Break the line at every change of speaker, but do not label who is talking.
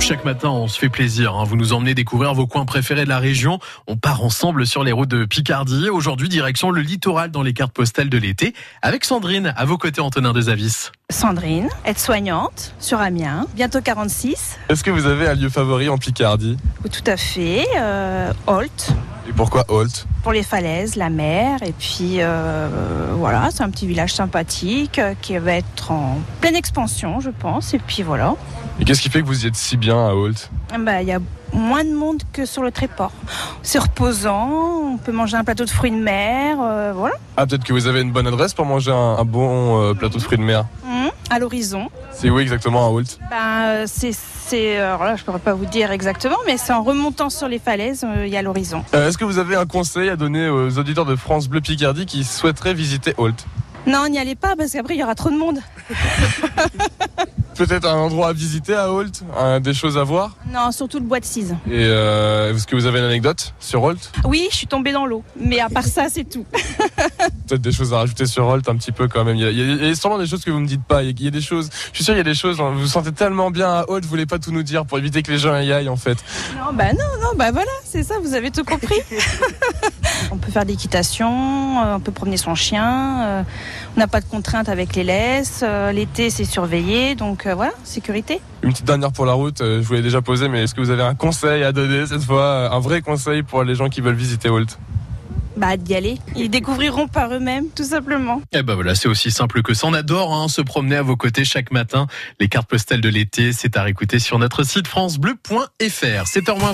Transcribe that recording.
Chaque matin, on se fait plaisir. Hein. Vous nous emmenez découvrir vos coins préférés de la région. On part ensemble sur les routes de Picardie. Aujourd'hui, direction le littoral dans les cartes postales de l'été. Avec Sandrine, à vos côtés, Antonin Desavis.
Sandrine, aide-soignante sur Amiens, bientôt 46.
Est-ce que vous avez un lieu favori en Picardie
Tout à fait, euh, Holt,
Et pourquoi Holt
pour les falaises, la mer, et puis euh, voilà, c'est un petit village sympathique euh, qui va être en pleine expansion, je pense, et puis voilà.
Et qu'est-ce qui fait que vous y êtes si bien à Holt
Ah bah, Il y a moins de monde que sur le Tréport. C'est reposant, on peut manger un plateau de fruits de mer, euh, voilà.
Ah, peut-être que vous avez une bonne adresse pour manger un, un bon euh, plateau de fruits de mer.
Hum, À l'horizon,
C'est où exactement à Holt
ben, euh, c'est, c'est- alors là, je ne pourrais pas vous dire exactement, mais c'est en remontant sur les falaises, euh, il y a l'horizon.
Euh, Est-ce que vous avez un conseil à donner aux auditeurs de France Bleu Picardie qui souhaiteraient visiter Holt
Non, n'y allez pas parce qu'après il y aura trop de monde.
Peut-être un endroit à visiter à Holt un- Des choses à voir
Non, surtout le bois de cise.
Et euh, est-ce que vous avez une anecdote sur Holt
Oui, je suis tombée dans l'eau, mais à part ça, c'est tout.
Peut-être des choses à rajouter sur Holt un petit peu quand même. Il y a, il y a- il y a sûrement des choses que vous me dites pas. Il y, a- il y a des choses. Je suis sûr il y a des choses. genre, Vous vous sentez tellement bien à Holt, vous voulez pas tout nous dire pour éviter que les gens y aillent en fait.
Non, bah non, non, bah voilà, c'est ça, vous avez tout compris. on peut faire de l'équitation, euh, on peut promener son chien, euh, on n'a pas de contraintes avec les laisses, euh, l'été c'est surveillé, donc euh, voilà, sécurité.
Une petite dernière pour la route, euh, je vous l'ai déjà posée, mais est-ce que vous avez un conseil à donner cette fois, euh, un vrai conseil pour les gens qui veulent visiter Holt
Bah d'y aller, ils découvriront par eux-mêmes, tout simplement.
Eh ben voilà, c'est aussi simple que ça. On adore hein, se promener à vos côtés chaque matin. Les cartes postales de l'été, c'est à réécouter sur notre site francebleu.fr. 7h20.